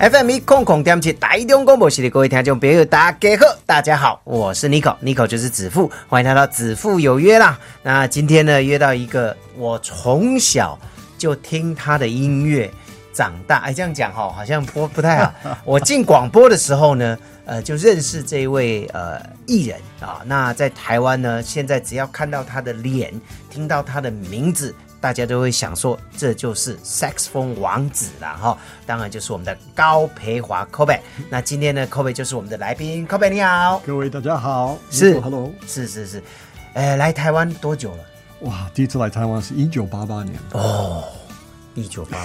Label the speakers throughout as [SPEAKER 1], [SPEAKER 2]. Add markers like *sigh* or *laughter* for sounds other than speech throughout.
[SPEAKER 1] FM 一空空点起，台中广播系列各位听众朋友，大家好，大家好，我是 Nico，Nico 就是子父，欢迎来到子父有约啦。那今天呢，约到一个我从小就听他的音乐长大，哎，这样讲哈、好像不不太好。我进广播的时候呢，呃，就认识这一位呃艺人啊。那在台湾呢，现在只要看到他的脸，听到他的名字。大家都会想说，这就是 saxophone 王子啦，哈、当然就是我们的高培华 Kobe。那今天呢，Kobe 就是我们的来宾，Kobe 你好，
[SPEAKER 2] 各位大家好，
[SPEAKER 1] 是
[SPEAKER 2] Hello，
[SPEAKER 1] 是是是，呃，来台湾多久了？
[SPEAKER 2] 哇，第一次来台湾是一九八
[SPEAKER 1] *laughs*
[SPEAKER 2] 八年，
[SPEAKER 1] 一九八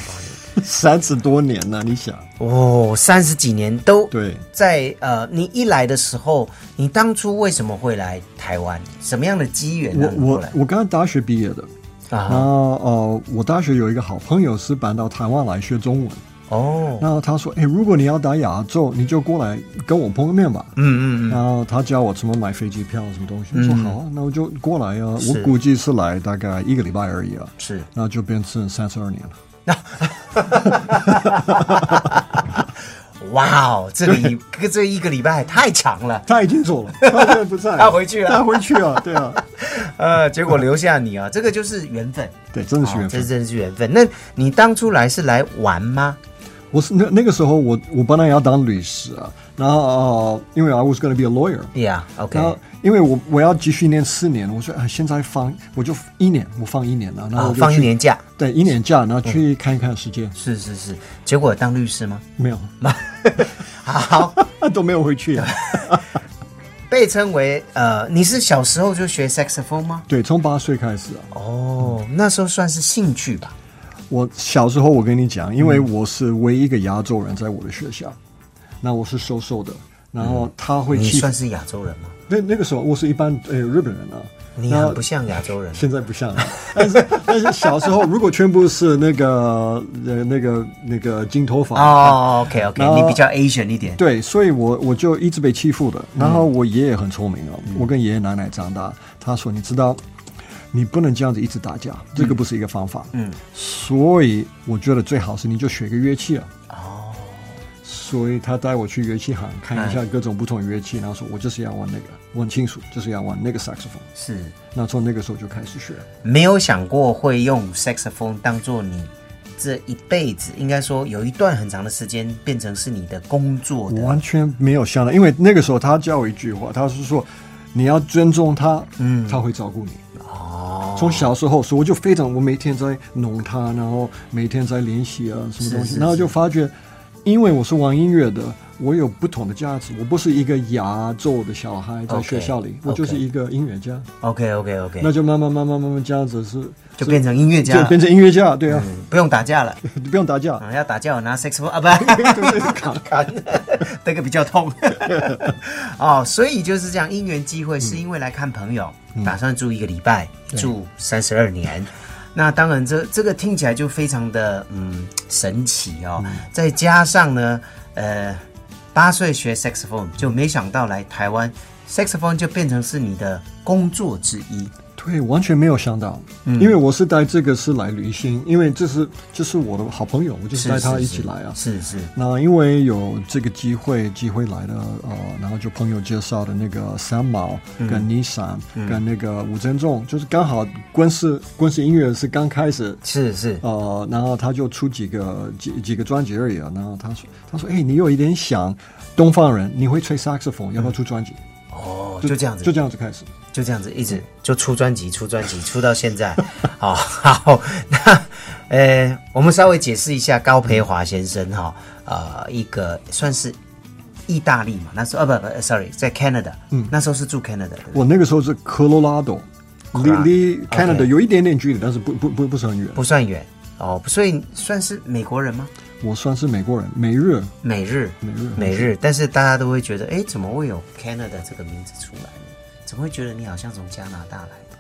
[SPEAKER 1] 八
[SPEAKER 2] 三十多年了，你想？
[SPEAKER 1] 年，哦，三十几年都
[SPEAKER 2] 对，
[SPEAKER 1] 在呃，你一来的时候，你当初为什么会来台湾？什么样的机缘
[SPEAKER 2] 我
[SPEAKER 1] 让你过
[SPEAKER 2] 我
[SPEAKER 1] 来
[SPEAKER 2] 我刚大学毕业的，然
[SPEAKER 1] 啊？
[SPEAKER 2] 后呃，我大学有一个好朋友是搬到台湾来学中文，
[SPEAKER 1] 哦，
[SPEAKER 2] 然后他说，哎，如果你要打亚洲，你就过来跟我碰个面吧。
[SPEAKER 1] 嗯嗯嗯，
[SPEAKER 2] 然后他教我怎么买飞机票，什么东西。我说好啊，那我就过来啊。
[SPEAKER 1] 是
[SPEAKER 2] 我估计是来大概一个礼拜而已啊，
[SPEAKER 1] 是。
[SPEAKER 2] 那就变成三十
[SPEAKER 1] *laughs*
[SPEAKER 2] 二年了。
[SPEAKER 1] 哇哦，这 *laughs* 个一这一个礼拜太长了，
[SPEAKER 2] 他已经走了，他现在不在了，
[SPEAKER 1] *laughs* 他回去了
[SPEAKER 2] 他回去了，对啊，
[SPEAKER 1] 呃，结果留下你啊， *laughs* 这个就是缘分，
[SPEAKER 2] 对，真的是
[SPEAKER 1] 哦
[SPEAKER 2] 缘分
[SPEAKER 1] 这。真是缘分。那你当初来是来玩吗？
[SPEAKER 2] 我是那那个时候我我本来要当律师啊，然后呃，因为 I was going to be a lawyer，
[SPEAKER 1] Yeah，OK，、啊
[SPEAKER 2] 然后因为我我要继续念四年，我说啊现在放我就一年，我放一年了，然后
[SPEAKER 1] 啊
[SPEAKER 2] 我，就
[SPEAKER 1] 放一
[SPEAKER 2] 去
[SPEAKER 1] 年假，
[SPEAKER 2] 对一年假，然后去看一看世界，
[SPEAKER 1] 是是是。结果当律
[SPEAKER 2] *laughs*
[SPEAKER 1] 师吗？
[SPEAKER 2] 没有，
[SPEAKER 1] 好，
[SPEAKER 2] 都没有
[SPEAKER 1] *laughs*
[SPEAKER 2] 回去啊。
[SPEAKER 1] 被称为呃，你是小时候就学 saxophone 吗？
[SPEAKER 2] 对，从八岁开始啊，
[SPEAKER 1] 哦，那时候算是兴趣吧。
[SPEAKER 2] 我小时候我跟你讲，因为我是唯一一个亚洲人在我的学校，那我是瘦瘦的，然后他
[SPEAKER 1] 嗯
[SPEAKER 2] 会
[SPEAKER 1] 你
[SPEAKER 2] 欺负
[SPEAKER 1] 算是亚洲人吗？
[SPEAKER 2] 那那个时候我是一般呃日本人啊，
[SPEAKER 1] 你
[SPEAKER 2] 那
[SPEAKER 1] 很不像亚洲人。
[SPEAKER 2] 现在不像了， *laughs* 但是但是小时候如果全部是那个呃那个那个金头发，
[SPEAKER 1] 哦，OK OK，
[SPEAKER 2] 然后
[SPEAKER 1] 你比较 Asian 一点。
[SPEAKER 2] 对，所以我我就一直被欺负的。然后我爷爷很聪明哦，我跟爷爷奶奶长大，他说你知道，你不能这样子一直打架，这个不是一个方法。
[SPEAKER 1] 嗯，
[SPEAKER 2] 所以我觉得最好是你就学个乐器啊。哦。所以他带我去乐器行看一下各种不同的乐器，然后说我就是要玩那个，我很清楚就是要玩那个 saxophone。
[SPEAKER 1] 是
[SPEAKER 2] 那从那个时候就开始学。
[SPEAKER 1] 没有想过会用 saxophone 当做你这一辈子，应该说有一段很长的时间变成是你的工作
[SPEAKER 2] 我
[SPEAKER 1] 的。
[SPEAKER 2] 完全没有想到，因为那个时候他教我一句话，他是说你要尊重他，嗯，他会照顾你。哦，从小时候，所以我就非常，我每天在弄他，然后每天在练习啊，什么东西，
[SPEAKER 1] 是是
[SPEAKER 2] 然后就发觉，因为我是玩音乐的，我有不同的价值，我不是一个亚洲的小孩在
[SPEAKER 1] OK，
[SPEAKER 2] 学校里
[SPEAKER 1] OK
[SPEAKER 2] 我就是一个音乐家，
[SPEAKER 1] OK OK OK，
[SPEAKER 2] 那就慢慢慢慢慢慢这样子是，
[SPEAKER 1] 就变成音乐家
[SPEAKER 2] 就
[SPEAKER 1] 了，
[SPEAKER 2] 变成音乐家，对啊，
[SPEAKER 1] 不用打架了。
[SPEAKER 2] *laughs* 不用打架，
[SPEAKER 1] *laughs*
[SPEAKER 2] *laughs*
[SPEAKER 1] 啊，要打架我拿 saxophone 啊，不，
[SPEAKER 2] 对对
[SPEAKER 1] 砍， *laughs* 这个比较痛。 *laughs* 哦，所以就是这样，因缘机会
[SPEAKER 2] 嗯
[SPEAKER 1] 是因为来看朋友，打算住一个礼拜，住三十二年。那当然这，这个听起来就非常的嗯神奇哦。
[SPEAKER 2] 嗯
[SPEAKER 1] 再加上呢，呃，八岁学 saxophone，就没想到来台湾 saxophone 就变成是你的工作之一。
[SPEAKER 2] 对，完全没有想到，
[SPEAKER 1] 嗯
[SPEAKER 2] 因为我是带这个是来旅行，因为这是这是我的好朋友，我就是带他一起来啊。
[SPEAKER 1] 是是，
[SPEAKER 2] 那因为有这个机会，机会来了，呃，然后就朋友介绍的那个三毛
[SPEAKER 1] 嗯
[SPEAKER 2] 跟尼桑、跟那个吴珍仲，就是刚好滚石滚石音乐是刚开始，
[SPEAKER 1] 是是，
[SPEAKER 2] 呃，然后他就出几个几几个专辑而已啊。然后他说他说，哎、你有一点像东方人，你会吹 saxophone，要不要出专辑？
[SPEAKER 1] 哦，就这样子，
[SPEAKER 2] 就这样子开始。
[SPEAKER 1] 就这样子一
[SPEAKER 2] 嗯
[SPEAKER 1] 直就出专辑、出专辑、 *laughs* 出到现在。好，好， *laughs* 那呃，我们稍微解释一下高培华先生哈、呃，一个算是意大利嘛，那时候啊不不呃，sorry，在 Canada，嗯，那时候是住 Canada 的，
[SPEAKER 2] 我那个时候是科罗拉多，离
[SPEAKER 1] Colorado，
[SPEAKER 2] 离
[SPEAKER 1] OK
[SPEAKER 2] Canada 有一点点距离，但是不不不不是很远。
[SPEAKER 1] 不算远哦，所以算是美国人吗？
[SPEAKER 2] 我算是美国人，美日
[SPEAKER 1] 美日，
[SPEAKER 2] 美日
[SPEAKER 1] 美日，但是大家都会觉得，哎，怎么会有 Canada 这个名字出来呢？怎么会觉得你好像从加拿大来的？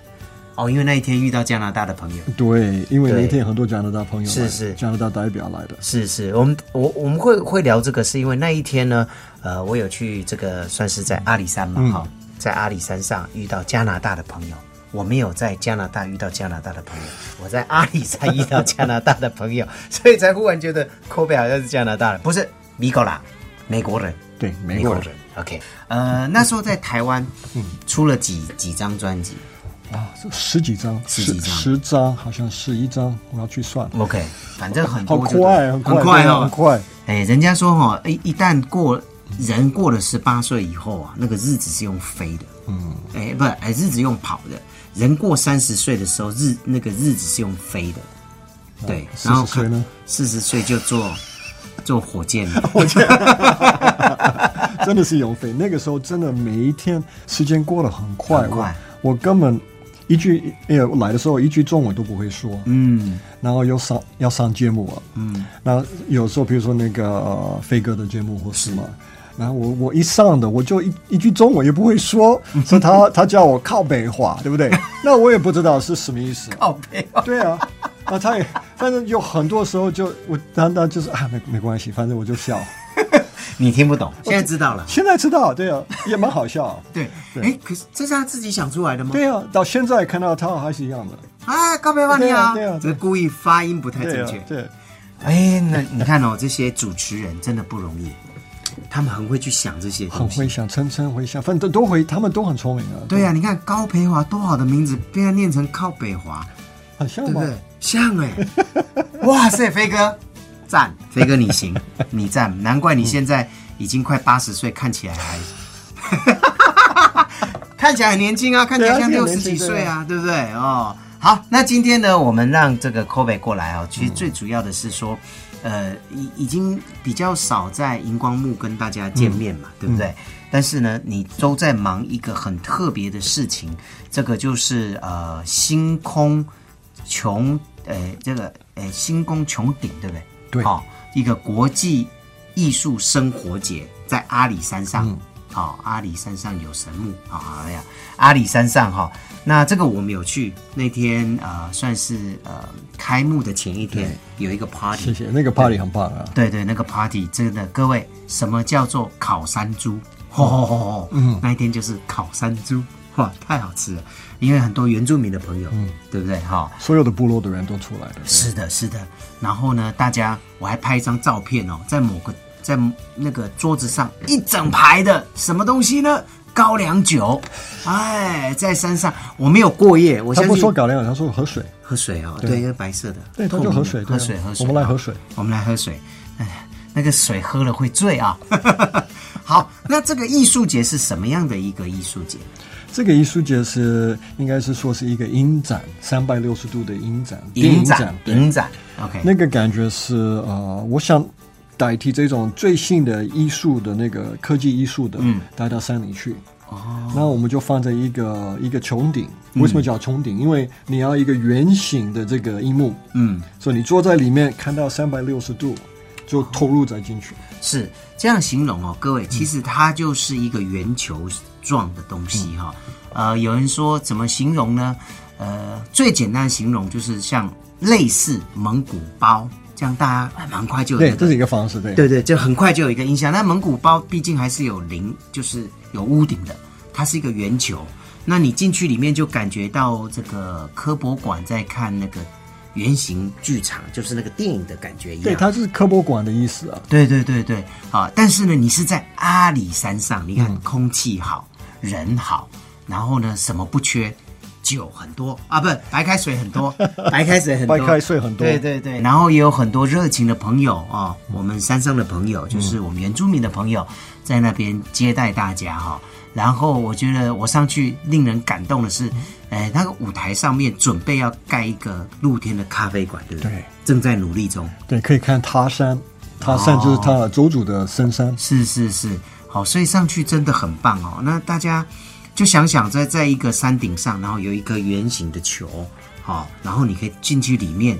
[SPEAKER 1] 哦，因为那一天遇到加拿大的朋友。
[SPEAKER 2] 对，因为
[SPEAKER 1] 对
[SPEAKER 2] 那天很多加拿大朋友来
[SPEAKER 1] 是是
[SPEAKER 2] 加拿大代表来的，
[SPEAKER 1] 是是，我们我我们会会聊这个，是因为那一天呢，呃，我有去这个算是在阿里山嘛，
[SPEAKER 2] 嗯
[SPEAKER 1] 哈、在阿里山上遇到加拿大的朋友。我没有在加拿大遇到加拿大的朋友，我在阿里山遇到加拿大的朋友， *laughs* 所以才忽然觉得 Kobe 好像是加拿大人，不是米狗啦，美国人，
[SPEAKER 2] 对，美国人。。
[SPEAKER 1] OK，呃，那时候在台湾，嗯，出了几几张专辑
[SPEAKER 2] 啊，这十几张，
[SPEAKER 1] 十几张
[SPEAKER 2] 十张，好像十一张，我要去算。
[SPEAKER 1] ，OK，反正很
[SPEAKER 2] 好
[SPEAKER 1] 嗯多就对
[SPEAKER 2] 快，
[SPEAKER 1] 了，
[SPEAKER 2] 快，
[SPEAKER 1] 很
[SPEAKER 2] 很
[SPEAKER 1] 快
[SPEAKER 2] 很
[SPEAKER 1] 哦，
[SPEAKER 2] 快。
[SPEAKER 1] 哎，人家说哈、一一旦过人过了十八岁以后啊，那个日子是用飞的，嗯，哎，不，哎，日子用跑的。人过三十岁的时候，日那个日子是用飞的，对。
[SPEAKER 2] 40
[SPEAKER 1] 然后
[SPEAKER 2] 哦岁呢？
[SPEAKER 1] 四十岁就做做火箭
[SPEAKER 2] *laughs*
[SPEAKER 1] 了，
[SPEAKER 2] 真的是有飞。 *laughs* 那个时候真的每一天时间过得很快，
[SPEAKER 1] 很快
[SPEAKER 2] 我我根本一句哎我来的时候一句中文都不会说，
[SPEAKER 1] 嗯，
[SPEAKER 2] 然后又上要上节目了，嗯，那有时候比如说那个、呃飞哥的节目或什么。然后我我一上的我就一一句中文也不
[SPEAKER 1] *laughs*
[SPEAKER 2] 会说，所以他他叫我靠北话，对不 *laughs* 对？那我也不知道是什么
[SPEAKER 1] *laughs*
[SPEAKER 2] 意思。
[SPEAKER 1] 靠背哦，
[SPEAKER 2] 对啊，啊，他也，反正有很多时候就我，当当就是啊，没没关系，反正我就笑。
[SPEAKER 1] 你听不懂，现在知道了。
[SPEAKER 2] 现在知道，对啊，也蛮好笑。
[SPEAKER 1] *laughs* 对，哎，可是这是他自己想出来的吗？
[SPEAKER 2] 对啊，到现在看到他还是一样的。
[SPEAKER 1] 啊，告别话你
[SPEAKER 2] 对啊
[SPEAKER 1] 好
[SPEAKER 2] 对啊对啊，
[SPEAKER 1] 只是故意发音不太
[SPEAKER 2] 对
[SPEAKER 1] 正
[SPEAKER 2] 啊
[SPEAKER 1] 确，。
[SPEAKER 2] 对，
[SPEAKER 1] 哎，那你看哦，这些主持人真的不容易，他们很会去想这些
[SPEAKER 2] 很
[SPEAKER 1] 东西。
[SPEAKER 2] 会想，琛琛会想，反正都都会，他们都很聪明啊。
[SPEAKER 1] 对呀、你看高培华多好的名字，被他念成靠北华，
[SPEAKER 2] 很像
[SPEAKER 1] 对不
[SPEAKER 2] 嘛。
[SPEAKER 1] 对？像
[SPEAKER 2] *laughs*
[SPEAKER 1] 哎、哇塞，飞哥，赞！飞哥你 *laughs* 行，你赞，难怪你现在已经快八十岁，看起来还， *laughs* 看起来很年轻啊，看起来像
[SPEAKER 2] 对啊
[SPEAKER 1] 六
[SPEAKER 2] 这个
[SPEAKER 1] 十
[SPEAKER 2] 年纪
[SPEAKER 1] 几岁啊，对不对？哦，好，那今天呢，我们让这个 Kobe 过来哦，其实最主要的是说。呃，已已经比较少在荧光幕跟大家见面嘛，对不对？但是呢，你都在忙一个很特别的事情，这个就是呃，星空穹，呃，这个呃，星空穹顶，对不对？
[SPEAKER 2] 对
[SPEAKER 1] 好、啊一个国际艺术生活节在阿里山上。好、阿里山上有神木啊、好呀，阿里山上哈、那这个我们有去那天呃，算是呃开幕的前一天有一个 party，
[SPEAKER 2] 谢谢，那个 party 很棒啊。
[SPEAKER 1] 对对，那个 party 真的，各位，什么叫做烤山猪？吼吼吼吼！嗯，那一天就是烤山猪，哇，太好吃了！因为很多原住民的朋友，嗯，对不对？哈、
[SPEAKER 2] 所有的部落的人都出来了。
[SPEAKER 1] 是的，是的。然后呢，大家我还拍一张照片哦，在某个在那个桌子上一整排的什么东西呢？高粱酒，哎，在山上我没有过夜，我
[SPEAKER 2] 他
[SPEAKER 1] 相
[SPEAKER 2] 不
[SPEAKER 1] 信
[SPEAKER 2] 说搞粮，他说喝水。
[SPEAKER 1] 喝水哦，
[SPEAKER 2] 对
[SPEAKER 1] 对，因为白色的，
[SPEAKER 2] 对它就
[SPEAKER 1] 透明的
[SPEAKER 2] 喝水对
[SPEAKER 1] 喝
[SPEAKER 2] 啊
[SPEAKER 1] 水，喝水。
[SPEAKER 2] 我们来喝水
[SPEAKER 1] 好，我们来喝水。哎，那个水喝了会醉啊。 *laughs* 好，那这个艺术节是什么样的一个艺术节？
[SPEAKER 2] 这个艺术节是应该是说是一个影展，三百六十度的影展，电
[SPEAKER 1] 影
[SPEAKER 2] 影
[SPEAKER 1] 展
[SPEAKER 2] 展，，对
[SPEAKER 1] 影展。OK，
[SPEAKER 2] 那个感觉是呃，我想代替这种最新的艺术的那个科技艺术的，
[SPEAKER 1] 嗯
[SPEAKER 2] 带到山里去。哦，那我们就放在一个一个穹顶，
[SPEAKER 1] 嗯
[SPEAKER 2] 为什么叫穹顶？因为你要一个圆形的这个荧幕，
[SPEAKER 1] 嗯，
[SPEAKER 2] 所以你坐在里面看到三百六十度，就投入在进去。
[SPEAKER 1] 是这样形容哦，
[SPEAKER 2] 嗯
[SPEAKER 1] 各位，其实它就是一个圆球状的东西哈、
[SPEAKER 2] 嗯
[SPEAKER 1] 呃，有人说怎么形容呢？呃，最简单的形容就是像类似蒙古包，这样大家哎蛮快就有、那
[SPEAKER 2] 对，
[SPEAKER 1] 个
[SPEAKER 2] 这是一个方式，对。
[SPEAKER 1] 对对，就很快就有一个印象。那蒙古包毕竟还是有零，就是有屋顶的，它是一个圆球。那你进去里面就感觉到这个科博馆在看那个圆形剧场，就是那个电影的感觉一样。
[SPEAKER 2] 对，它是科博馆的意思啊。
[SPEAKER 1] 对对对对，啊！但是呢，你是在阿里山上，你看空气好，人好，然后呢，什么不缺，酒很多啊，不，白开水很
[SPEAKER 2] *laughs*
[SPEAKER 1] 多，白开水很多，
[SPEAKER 2] 白开水很多
[SPEAKER 1] 对对对，然后也有很多热情的朋友啊、我们山上的朋友，就是我们原住民的朋友，在那边接待大家哈、然后我觉得我上去令人感动的是，哎，那个舞台上面准备要盖一个露天的咖啡馆，对不对？
[SPEAKER 2] 对
[SPEAKER 1] 正在努力中。
[SPEAKER 2] 对，可以看他山，他山就是
[SPEAKER 1] 哦
[SPEAKER 2] 他周主的深山。
[SPEAKER 1] 是是是，好，所以上去真的很棒哦。那大家就想想在，在一个山顶上，然后有一个哦圆形的球，好、然后你可以进去里面，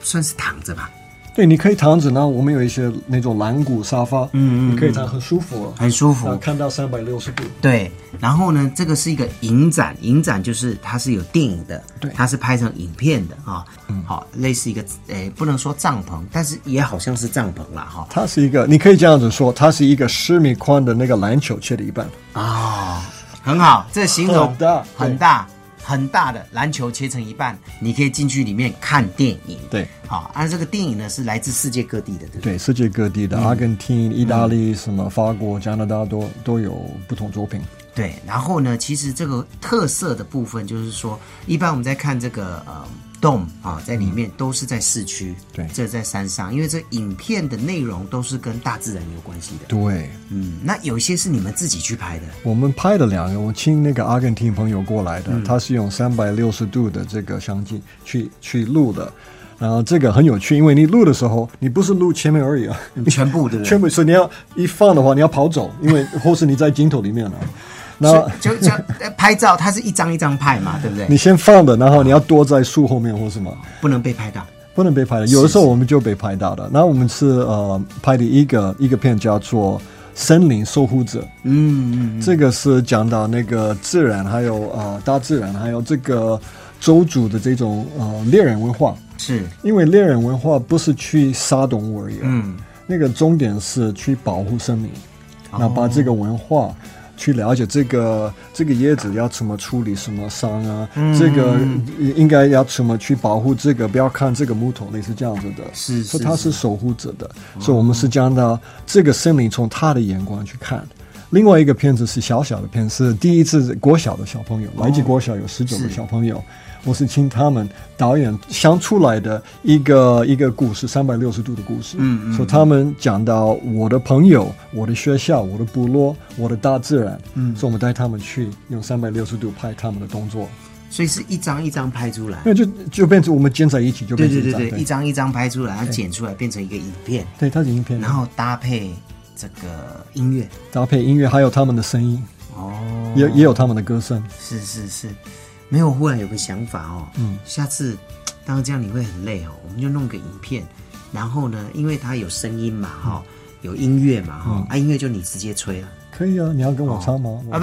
[SPEAKER 1] 算是躺着吧，
[SPEAKER 2] 对，你可以躺着呢，我们有一些那种蓝骨沙发，
[SPEAKER 1] 嗯嗯哎
[SPEAKER 2] 你可以躺很舒服，
[SPEAKER 1] 很舒
[SPEAKER 2] 然后
[SPEAKER 1] 服。
[SPEAKER 2] 看到三百六十度。
[SPEAKER 1] 对，然后呢，这个是一个影展，影展就是它是有电影的，
[SPEAKER 2] 对
[SPEAKER 1] 它是拍成影片的啊。好，类似一个诶，不能说帐篷，但是也好像是帐篷啦哈。
[SPEAKER 2] 它是一个，你可以这样子说，它是一个十米宽的那个篮球切了一半，
[SPEAKER 1] 啊、很好，这形容
[SPEAKER 2] 很大对
[SPEAKER 1] 很大很大的篮球切成一半，你可以进去里面看电影。
[SPEAKER 2] 对，
[SPEAKER 1] 好，按、这个电影呢是来自世界各地的，对不对？
[SPEAKER 2] 对，世界各地
[SPEAKER 1] 嗯
[SPEAKER 2] 的，阿根廷、意大利、什么法国、加拿大都都有不同作品。
[SPEAKER 1] 对，然后呢，其实这个特色的部分就是说，一般我们在看这个呃 dome 啊、在里面都是在市区，
[SPEAKER 2] 嗯对
[SPEAKER 1] 这在山上，因为这影片的内容都是跟大自然有关系的。
[SPEAKER 2] 对，
[SPEAKER 1] 嗯，那有些是你们自己去拍的，
[SPEAKER 2] *laughs* 我们拍了两个，我请那个阿根廷朋友过来的，他是用三百六十度的这个相机去去录的，然后这个很有趣，因为你录的时候，你不是录前面而已啊，
[SPEAKER 1] 全部对不对？
[SPEAKER 2] 全部是你要一放的话，你要跑走，因为或是你在镜头里面了、啊那
[SPEAKER 1] 是就就呃拍照，它是一张一张拍嘛，对不对
[SPEAKER 2] 嗯你？先放的，然后你要躲在树后面或什么。
[SPEAKER 1] 不能被拍到。
[SPEAKER 2] 不能被拍的，有的时候我们就被拍到的。那我们是呃拍的一个一个片叫做《森林守护者》，
[SPEAKER 1] 嗯，嗯
[SPEAKER 2] 这个是讲到那个自然，还有呃大自然，还有这个州主的这种呃猎人文化。
[SPEAKER 1] 是，
[SPEAKER 2] 因为猎人文化不是去杀动物而已，啊
[SPEAKER 1] 嗯，
[SPEAKER 2] 那个重点是去保护生命，
[SPEAKER 1] 哦
[SPEAKER 2] 那把这个文化去了解这个这个叶子要怎么处理什么伤啊，
[SPEAKER 1] 嗯
[SPEAKER 2] 这个应该要怎么去保护这个，不要看这个木头类似这样子的，
[SPEAKER 1] 是
[SPEAKER 2] 所以
[SPEAKER 1] 是
[SPEAKER 2] 它是守护者的，所以我们是讲到这个森林从他的眼光去看。另外一个片子是小小的片，是第一次国小的小朋友，来自国小有十九个
[SPEAKER 1] 哦是
[SPEAKER 2] 小朋友，我是请他们导演想出来的一个一个故事，三百六十度的故事。
[SPEAKER 1] 嗯嗯
[SPEAKER 2] 所以他们讲到我的朋友、我的学校、我的部落、我的大自然，嗯，所以我们带他们去用三百六十度拍他们的动作，
[SPEAKER 1] 所以是一张一张拍出来。
[SPEAKER 2] 那就就变成我们剪在一起，就
[SPEAKER 1] 对
[SPEAKER 2] 变成
[SPEAKER 1] 对
[SPEAKER 2] 一
[SPEAKER 1] 对
[SPEAKER 2] 张
[SPEAKER 1] 对，一张一张拍出来，然后剪出来变成一个影片，
[SPEAKER 2] 对，它是影片，
[SPEAKER 1] 然后搭配这个音乐。
[SPEAKER 2] 搭配音乐，还有他们的声音，
[SPEAKER 1] 哦，
[SPEAKER 2] 也也有他们的歌声。
[SPEAKER 1] 是是是，没有。忽然有个想法哦，嗯，下次当然这样你会很累哦，我们就弄个影片，然后呢，因为它有声音嘛哈、有音乐嘛哈、啊，音乐就你直接吹了。
[SPEAKER 2] 可以啊，你要跟我唱吗？
[SPEAKER 1] 啊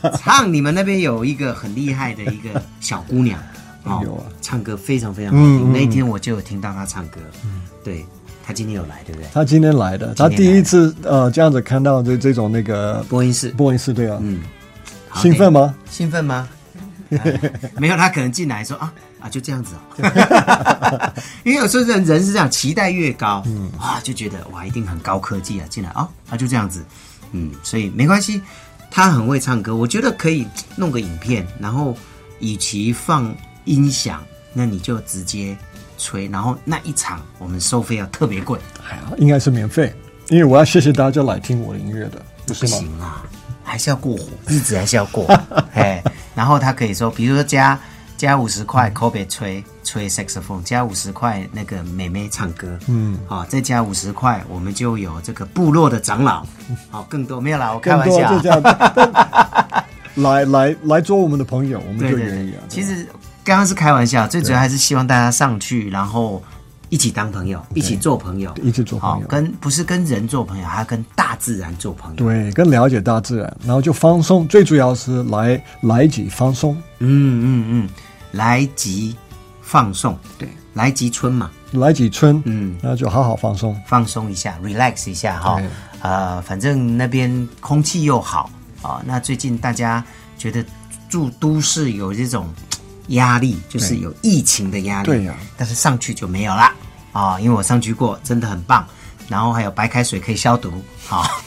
[SPEAKER 1] 不，唱你们那边有一个很厉害的一个小姑 *laughs* 娘，哦
[SPEAKER 2] 有啊
[SPEAKER 1] 唱歌非常非常好听。
[SPEAKER 2] 嗯嗯
[SPEAKER 1] 那一天我就有听到她唱歌，对她今天有来，对不对？
[SPEAKER 2] 他今天来的，他
[SPEAKER 1] 今天来
[SPEAKER 2] 第一次呃这样子看到这这种那个
[SPEAKER 1] 播音室，
[SPEAKER 2] 播音室，对啊，
[SPEAKER 1] 嗯，好
[SPEAKER 2] 兴奋？吗？
[SPEAKER 1] 那兴奋吗？ *laughs* 哎没有，她可能进来说啊啊，就这样子哦。 *laughs* 因为有时候人人是这样，期待越高，
[SPEAKER 2] 嗯
[SPEAKER 1] 哇，就觉得哇，一定很高科技啊，进来哦，啊，就这样子，嗯，所以没关系，他很会唱歌，我觉得可以弄个影片，然后与其放音响，那你就直接吹，然后那一场我们收费要特别贵，
[SPEAKER 2] 哎呀，应该是免费，因为我要谢谢大家来听我的音乐的，不
[SPEAKER 1] 不
[SPEAKER 2] 是吗？
[SPEAKER 1] 行啊，还是要过火，日子还是要过，哎，然后他可以说，比如说加加五十块 Kobe 吹吹 saxophone，加五十块那个妹妹唱歌，嗯，好、再加五十块，我们就有这个部落的长老，好、更多没有啦，我开
[SPEAKER 2] 更
[SPEAKER 1] 玩
[SPEAKER 2] 多
[SPEAKER 1] 笑
[SPEAKER 2] 就
[SPEAKER 1] 啊，
[SPEAKER 2] 这样， *laughs* 来来来做我们的朋友，我们
[SPEAKER 1] 对
[SPEAKER 2] 就
[SPEAKER 1] 对
[SPEAKER 2] 愿
[SPEAKER 1] 对
[SPEAKER 2] 意啊。，
[SPEAKER 1] 其实刚刚是开玩笑，最主要还是希望大家上去，然后一起当朋友，一起做朋友，
[SPEAKER 2] 一起做朋友
[SPEAKER 1] 好、跟不是跟人做朋友，还要跟大自然做朋友，
[SPEAKER 2] 对，更了解大自然，然后就放松，最主要是来来几放松，
[SPEAKER 1] 嗯嗯嗯，来集放送，
[SPEAKER 2] 对，
[SPEAKER 1] 来集春嘛，
[SPEAKER 2] 来几春，
[SPEAKER 1] 嗯，
[SPEAKER 2] 那就好好放松。
[SPEAKER 1] 放松一下，relax 一下哈
[SPEAKER 2] 对。
[SPEAKER 1] 呃，反正那边空气又好啊、那最近大家觉得住都市有这种嘖压力，就是
[SPEAKER 2] 对
[SPEAKER 1] 有疫情的压力，
[SPEAKER 2] 对呀
[SPEAKER 1] 但是上去就没有啦啊、因为我上去过，真的很棒。然后还有白开水可以消毒，啊 *laughs* 好、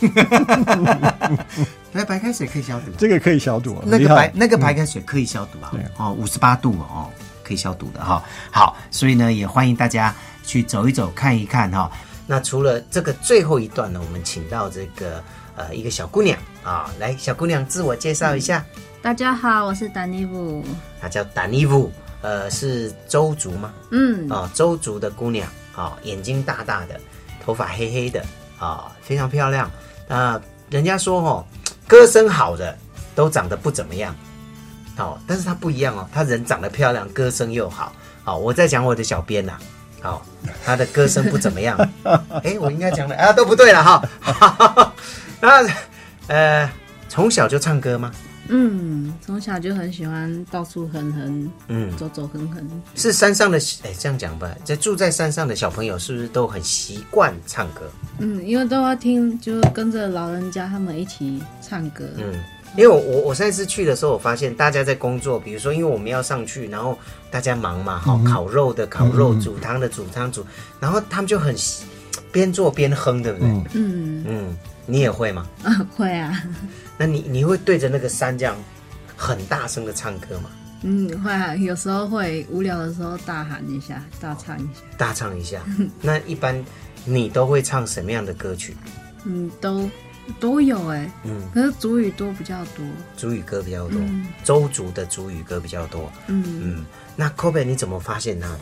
[SPEAKER 1] 那白开水可以消毒啊。
[SPEAKER 2] 这个可以小赌啊，
[SPEAKER 1] 那
[SPEAKER 2] 厉
[SPEAKER 1] 个
[SPEAKER 2] 害
[SPEAKER 1] 白那个白开水可以消毒啊
[SPEAKER 2] 对，
[SPEAKER 1] 哦，五十八度哦，可以消毒的哈、好，所以呢，也欢迎大家去走一走、看一看哈、那除了这个最后一段呢，我们请到这个呃一个小姑娘啊、来，小姑娘自我介绍一下，
[SPEAKER 3] 嗯大家好，我是丹尼布。
[SPEAKER 1] 她叫丹尼布，呃，是周族吗？
[SPEAKER 3] 嗯，
[SPEAKER 1] 啊、周族的姑娘啊、眼睛大大的，头发黑黑的啊、非常漂亮。那、人家说哦，歌声好的都长得不怎么样，啊啊好、但是她不一样哦，她人长得漂亮，歌声又好。好、我在讲我的小编呐、好，他的歌声不怎么样。哎，我应该讲的啊，都不对了哈。 *laughs* 那呃，从小就唱歌吗？
[SPEAKER 3] 嗯，从小就很喜欢到处哼哼，
[SPEAKER 1] 嗯，
[SPEAKER 3] 走走哼哼。
[SPEAKER 1] 是山上的，哎，这样讲吧，这住在山上的小朋友是不是都很习惯唱歌？
[SPEAKER 3] 嗯，因为都要听，就跟着老人家他们一起唱歌。
[SPEAKER 1] 嗯，因为我我我上次去的时候，我发现大家在工作，比如说因为我们要上去，然后大家忙嘛，哈、烤肉的烤肉，煮汤的煮汤煮，然后他们就很习边做边哼，对不对？嗯
[SPEAKER 3] 嗯
[SPEAKER 1] 你也会吗？
[SPEAKER 3] 啊， *laughs* 会啊，
[SPEAKER 1] 那你你会对着那个山这样很大声的唱歌吗？
[SPEAKER 3] 嗯，会啊，有时候会无聊的时候大喊一下，大唱一下。
[SPEAKER 1] 大唱一
[SPEAKER 3] *laughs*
[SPEAKER 1] 下。那一般你都会唱什么样的歌曲？
[SPEAKER 3] 嗯，都都有哎、
[SPEAKER 1] 嗯，
[SPEAKER 3] 可是主语多比较多。
[SPEAKER 1] 主语歌比较多，周族的主语歌比较多。
[SPEAKER 3] 嗯
[SPEAKER 1] 嗯，那 Kobe 你怎么发现他的？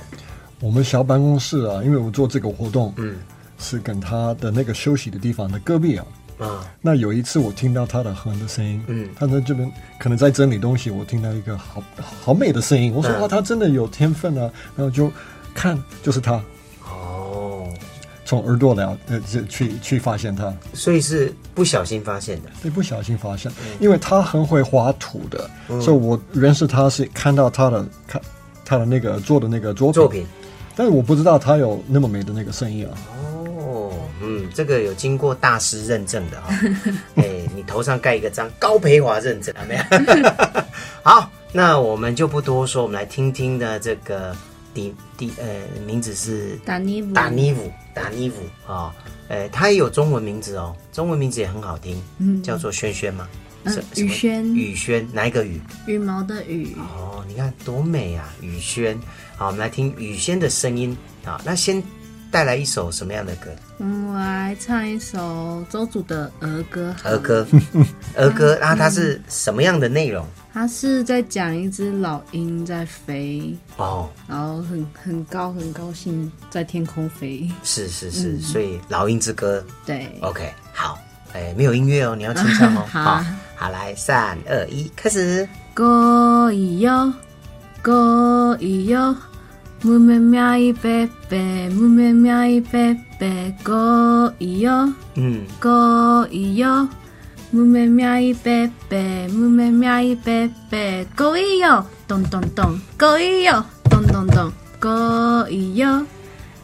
[SPEAKER 2] 我们小办公室啊，因为我做这个活动，
[SPEAKER 1] 嗯
[SPEAKER 2] 是跟他的那个休息的地方的隔壁啊。
[SPEAKER 1] 啊，
[SPEAKER 2] 那有一次我听到他的哼的声音，
[SPEAKER 1] 嗯
[SPEAKER 2] 他在这边可能在整理东西，我听到一个好好美的声音，我说
[SPEAKER 1] 嗯
[SPEAKER 2] 哇，他真的有天分啊，然后就看就是他，
[SPEAKER 1] 哦，
[SPEAKER 2] 从耳朵了呃这去去发现他，哎
[SPEAKER 1] 所以是不小心发现的。
[SPEAKER 2] 对，不小心发现，
[SPEAKER 1] 嗯
[SPEAKER 2] 因为他很会画图的，所以我认识他是看到他的看他的那个做的那个作品，
[SPEAKER 1] 作品
[SPEAKER 2] 但是我不知道他有那么美的那个声音啊，
[SPEAKER 1] 哦，嗯，这个有经过大师认证
[SPEAKER 3] *laughs*
[SPEAKER 1] 的哈、哎、你头上盖一个章，高培华认证啊，没有。 *laughs* 好，那我们就不多说，我们来听听呢这个第第呃名字是
[SPEAKER 3] 打尼布，
[SPEAKER 1] 达尼夫，达尼夫啊，呃，他也有中文名字哦，中文名字也很好听，
[SPEAKER 3] 嗯
[SPEAKER 1] 叫做轩轩吗？
[SPEAKER 3] 嗯
[SPEAKER 1] 是什么
[SPEAKER 3] 雨轩
[SPEAKER 1] 雨轩哪一个雨？
[SPEAKER 3] 羽毛的羽，
[SPEAKER 1] 哦，你看多美啊，雨轩。好，我们来听雨轩的声音啊。那先带来一首什么样的歌？
[SPEAKER 3] 嗯，我来唱一首周祖的儿歌好了。
[SPEAKER 1] 儿歌， *laughs* 儿歌。那它是什么样的内容？
[SPEAKER 3] 他是在讲一只老鹰在飞，
[SPEAKER 1] 哦，
[SPEAKER 3] 然后很很高很高兴在天空飞。
[SPEAKER 1] 是是是，所以《老鹰之歌
[SPEAKER 3] 对》，
[SPEAKER 1] OK，好。哎，没有音乐哦，你要清唱哦。
[SPEAKER 3] 好啊
[SPEAKER 1] 好，来，三二一，开始。
[SPEAKER 3] 歌一哟，歌一哟，木咩咩一贝贝，木咩咩一贝贝，歌一哟，
[SPEAKER 1] 嗯，
[SPEAKER 3] 歌一哟，木咩咩一贝贝，木咩咩一贝贝，歌一哟，咚咚咚，歌一哟，咚咚咚，歌一哟，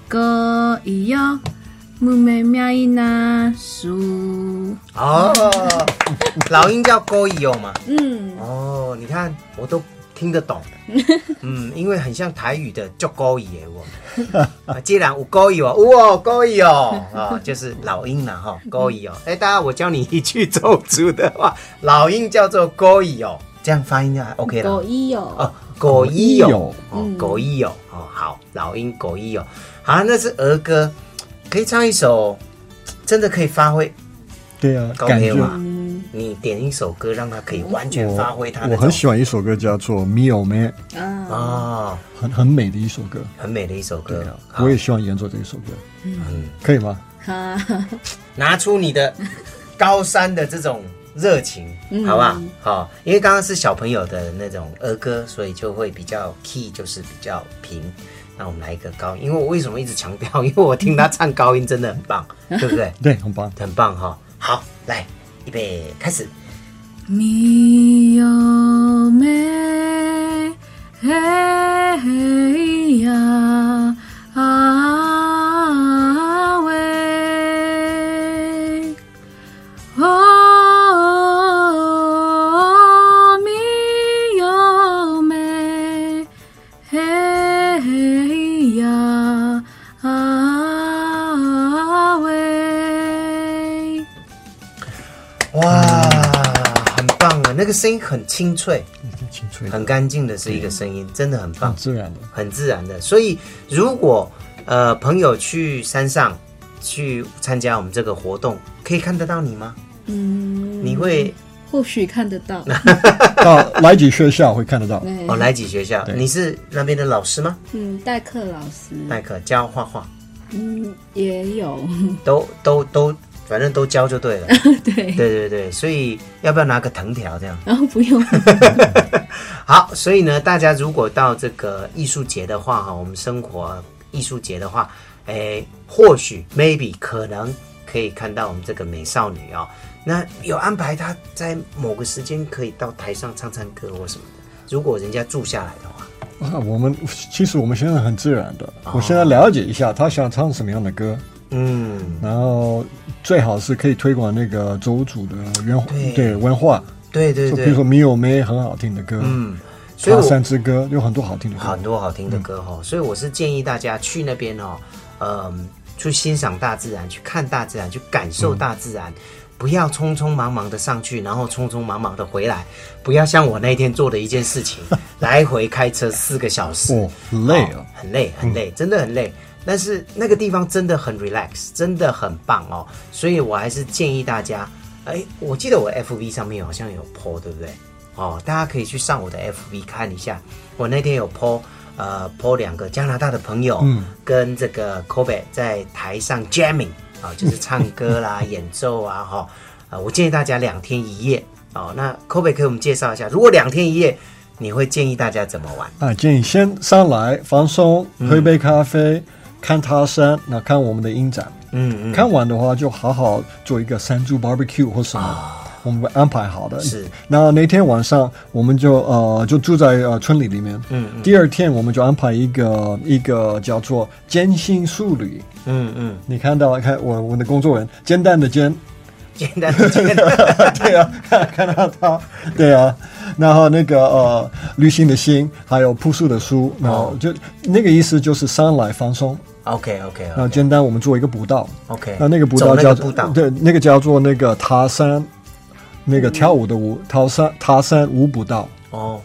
[SPEAKER 3] 歌一哟，木咩咩一那树，
[SPEAKER 1] 哦，老鹰叫 g o y o 嘛。
[SPEAKER 3] 嗯，
[SPEAKER 1] 哦，你看我都听得懂。嗯，因为很像台语的叫 g o y 我。 *laughs* 啊，既然有 g o y 哦，有哦 g o y 哦，啊，就是老鹰啦哈 g o y 哦。哎，大家我教你一句咒族的话，老鹰叫做 g o y 哦，这样发音啊 OK 了。
[SPEAKER 3] 一哟
[SPEAKER 1] 哦，狗一有
[SPEAKER 2] 狗
[SPEAKER 1] 哦，狗一有哦，好，老鹰狗一有，好，那是儿歌，可以唱一首，真的可以发挥
[SPEAKER 2] 对啊，
[SPEAKER 1] 高
[SPEAKER 2] 感
[SPEAKER 1] 配
[SPEAKER 2] 觉
[SPEAKER 1] 嘛？你点一首歌，让他可以完全发挥他的。
[SPEAKER 2] 我很喜欢一首歌叫做《没有没》，
[SPEAKER 3] 啊。
[SPEAKER 1] 哦，
[SPEAKER 2] 很很美的一首歌，
[SPEAKER 1] 很美的一首歌。好
[SPEAKER 2] 啊我也希望演奏这一首歌，嗯，可以吗？
[SPEAKER 3] 好，
[SPEAKER 1] 拿出你的高山的这种热情，好不好？好、因为刚刚是小朋友的那种儿歌，所以就会比较 key，就是比较平。那我们来一个高音，因为我为什么一直强调？因为我听他唱高音真的很棒，对不对？
[SPEAKER 2] 对，很棒。
[SPEAKER 1] 很棒哈、好，来，预备，开始。
[SPEAKER 3] 咪哟咪嘿嘿呀啊喂，哦咪哟咪嘿嘿呀啊喂。
[SPEAKER 2] 嗯
[SPEAKER 1] 哇，很棒啊！那个声音很清脆，
[SPEAKER 2] 清脆的，
[SPEAKER 1] 很干净的是一个声音，真的很棒
[SPEAKER 2] 很。自然的。
[SPEAKER 1] 很自然的。所以如果呃朋友去山上去参加我们这个活动，可以看得到你吗？
[SPEAKER 3] 嗯，
[SPEAKER 1] 你会
[SPEAKER 3] 或许看得到。
[SPEAKER 2] 到来几学校会看得到，
[SPEAKER 3] 对
[SPEAKER 1] 哦，来几学校？
[SPEAKER 2] 对
[SPEAKER 1] 你是那边的老师吗？
[SPEAKER 3] 嗯，代课老师，
[SPEAKER 1] 代课教画画，
[SPEAKER 3] 嗯，也有，
[SPEAKER 1] 都都都，反正都教就对
[SPEAKER 3] *laughs*
[SPEAKER 1] 了。
[SPEAKER 3] 对，
[SPEAKER 1] 对对对，所以要不要拿个藤条这样？
[SPEAKER 3] 然后不用，
[SPEAKER 1] 好，所以呢，大家如果到这个艺术节的话，哈，我们生活艺术节的话，诶，或许 maybe 可能可以看到我们这个美少女哦。那有安排她在某个时间可以到台上唱唱歌或什么的，如果人家住下来的话，
[SPEAKER 2] 啊，我们其实我们现在很自然的，
[SPEAKER 1] 哦
[SPEAKER 2] 我现在了解一下他想唱什么样的歌，
[SPEAKER 1] 嗯，
[SPEAKER 2] 然后最好是可以推广那个周族的文
[SPEAKER 1] 对
[SPEAKER 2] 对文化，
[SPEAKER 1] 对对
[SPEAKER 2] 就
[SPEAKER 1] 对，
[SPEAKER 2] 比如说《米有梅》很好听的歌，
[SPEAKER 1] 嗯，所以
[SPEAKER 2] 爬
[SPEAKER 1] 我
[SPEAKER 2] 山之歌》有很多好听的歌
[SPEAKER 1] 很。多好听的歌哦，所以我是建议大家去那边哦，嗯、去欣赏大自然，去看大自然，去感受大自然，不要匆匆忙忙的上去，然后匆匆忙忙的回来，不要像我那天做的一件事情，来回开车四个小时，
[SPEAKER 2] 哦很累啊
[SPEAKER 1] 很累，很累，真的很累。但是那个地方真的很 relax，真的很棒哦，所以我还是建议大家，哎，我记得我 FB 上面好像有 po，对不对？哦，大家可以去上我的 FB 看一下，我那天有 po，呃，po 两个加拿大的朋友，
[SPEAKER 2] 嗯
[SPEAKER 1] 跟这个 Kobe 在台上 jamming 啊、就是唱歌啦、
[SPEAKER 2] *laughs*
[SPEAKER 1] 演奏啊，哈、呃，我建议大家两天一夜哦。那 Kobe 给我们介绍一下，如果两天一夜，你会建议大家怎么玩？
[SPEAKER 2] 啊，建议先上来放松，喝一杯咖啡，看他山，那看我们的鹰展。
[SPEAKER 1] 嗯嗯，
[SPEAKER 2] 看完的话，就好好做一个山猪 barbecue 或什么。我们会安排好的，
[SPEAKER 1] 是。
[SPEAKER 2] 那那天晚上，我们就呃就住在呃村里里面。嗯第二天，我们就安排一个一个叫做艰辛素旅。
[SPEAKER 1] 嗯嗯，
[SPEAKER 2] 你看到看我我的工作人，煎蛋的煎，
[SPEAKER 1] 简单 *laughs* 简单，
[SPEAKER 2] 对啊，看看到他，对啊，然后那个呃，旅行的心，还有朴素的书，然
[SPEAKER 1] 哦
[SPEAKER 2] 后就、那个意思就是上来放松，
[SPEAKER 1] OK OK
[SPEAKER 2] 然后
[SPEAKER 1] OK
[SPEAKER 2] 简单我们做一个步道，
[SPEAKER 1] OK，
[SPEAKER 2] 那那个步
[SPEAKER 1] 哦走
[SPEAKER 2] 道
[SPEAKER 1] 那个
[SPEAKER 2] 叫
[SPEAKER 1] 步道，
[SPEAKER 2] 对，那个叫做那个塔山，那
[SPEAKER 1] 嗯
[SPEAKER 2] 个跳舞的舞，塔山塔山舞步道，
[SPEAKER 1] 哦，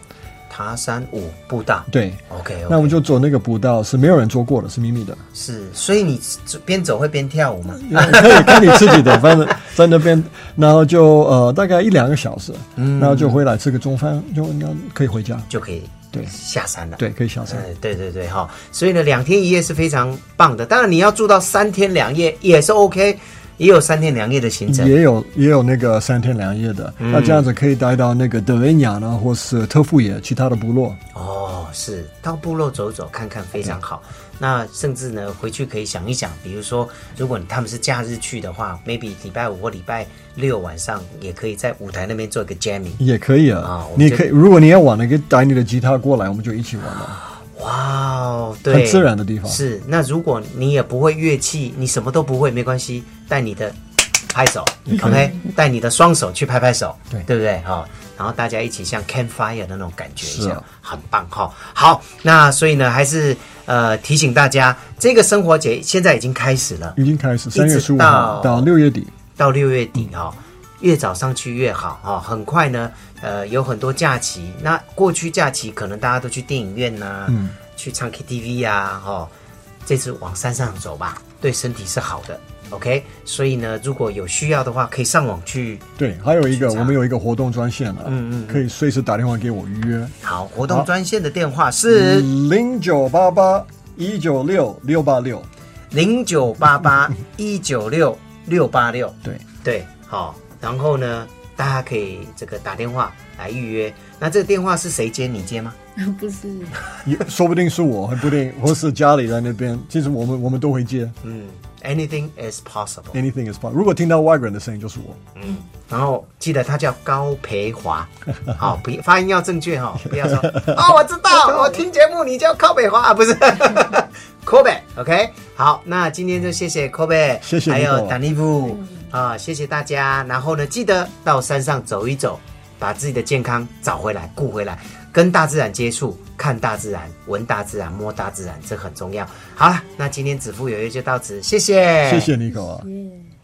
[SPEAKER 1] 塔山舞步道，
[SPEAKER 2] 对。
[SPEAKER 1] ，OK，, o k
[SPEAKER 2] 那我们就走那个步道，是没有人做过的，是秘
[SPEAKER 1] *laughs*
[SPEAKER 2] 密的，
[SPEAKER 1] 是，所以你边走会边跳舞吗？
[SPEAKER 2] 可以看你自己的，反正在那边，然后就呃大概一两个小时，
[SPEAKER 1] 嗯
[SPEAKER 2] 然后就回来吃个中饭，就那可以回家，
[SPEAKER 1] 就可以
[SPEAKER 2] 对
[SPEAKER 1] 下山了，
[SPEAKER 2] 对，可以下山。
[SPEAKER 1] 哎，对对对，哈，所以呢，两天一夜是非常棒的。当然，你要住到三天两夜也是 OK，也有三天两夜的行程。
[SPEAKER 2] 也有也有那个三天两夜的，
[SPEAKER 1] 嗯
[SPEAKER 2] 那这样子可以待到那个德维尼亚呢，或是特富野其他的部落。
[SPEAKER 1] 哦，是到部落走走看看非常好。那甚至呢，回去可以想一想，比如说，如果他们是假日去的话，maybe 礼拜五或礼拜六晚上也可以在舞台那边做一个 jamming。
[SPEAKER 2] 也可以啊，
[SPEAKER 1] 啊我们
[SPEAKER 2] 你
[SPEAKER 1] 就
[SPEAKER 2] 可以，如果你要玩，你可以带你的吉他过来，我们就一起玩了。
[SPEAKER 1] 哇哦，对，
[SPEAKER 2] 很自然的地方
[SPEAKER 1] 是，那如果你也不会乐器，你什么都不会，没关系，带你的拍手，OK，带你的双手去拍拍手，
[SPEAKER 2] 对
[SPEAKER 1] 对不对？哈、然后大家一起像 campfire 的那种感觉一
[SPEAKER 2] 是
[SPEAKER 1] 下，
[SPEAKER 2] 啊
[SPEAKER 1] 很棒哈、好，那所以呢，还是呃提醒大家，这个生活节现在已经开始了，
[SPEAKER 2] 已经开始，
[SPEAKER 1] 直到
[SPEAKER 2] 三月十五号到六月底，
[SPEAKER 1] 到六月底哦，越早上去越好哦。很快呢，呃，有很多假期。那过去假期可能大家都去电影院呐、
[SPEAKER 2] 嗯
[SPEAKER 1] 去唱 KTV 呀、哦。这次往山上走吧，对身体是好的。OK，所以呢，如果有需要的话，可以上网去
[SPEAKER 2] 对，还有一个
[SPEAKER 1] 去查
[SPEAKER 2] 我们有一个活动专线了，
[SPEAKER 1] 嗯嗯嗯
[SPEAKER 2] 可以随时打电话给我预约，
[SPEAKER 1] 好活动专线的电话是
[SPEAKER 2] 嗯零九八八一九六六八六，
[SPEAKER 1] 零九八八一九六六八六。
[SPEAKER 2] 对，
[SPEAKER 1] 对，好，然后呢，大家可以这个打电话来预约。那这个电话是谁接？你接吗？
[SPEAKER 3] 不是，
[SPEAKER 2] 也说不定是我，还不定，或是家里在那边，其实我们我们都会接
[SPEAKER 1] 嗯，anything is possible。
[SPEAKER 2] ，anything is fine。如果听到外国人的声音，就是我。
[SPEAKER 1] 嗯，然后记得他叫高培 *laughs* 华，好、不发音要正确 *laughs* 哈、不要说哦，我知道，我听节目你叫高培华啊，不是 *laughs* Kobe，OK，、好，那今天就谢谢 Kobe，
[SPEAKER 2] 谢谢
[SPEAKER 1] 还有
[SPEAKER 2] Nico
[SPEAKER 1] 达尼布啊，谢谢大家，然后呢，记得到山上走一走，把自己的健康找回来、顾回来，跟大自然接触，看大自然、闻大自然、摸大自然，这很重要。好了，那今天子父有约就到此，谢谢，
[SPEAKER 2] 谢谢 n i c o 啊。
[SPEAKER 3] 耶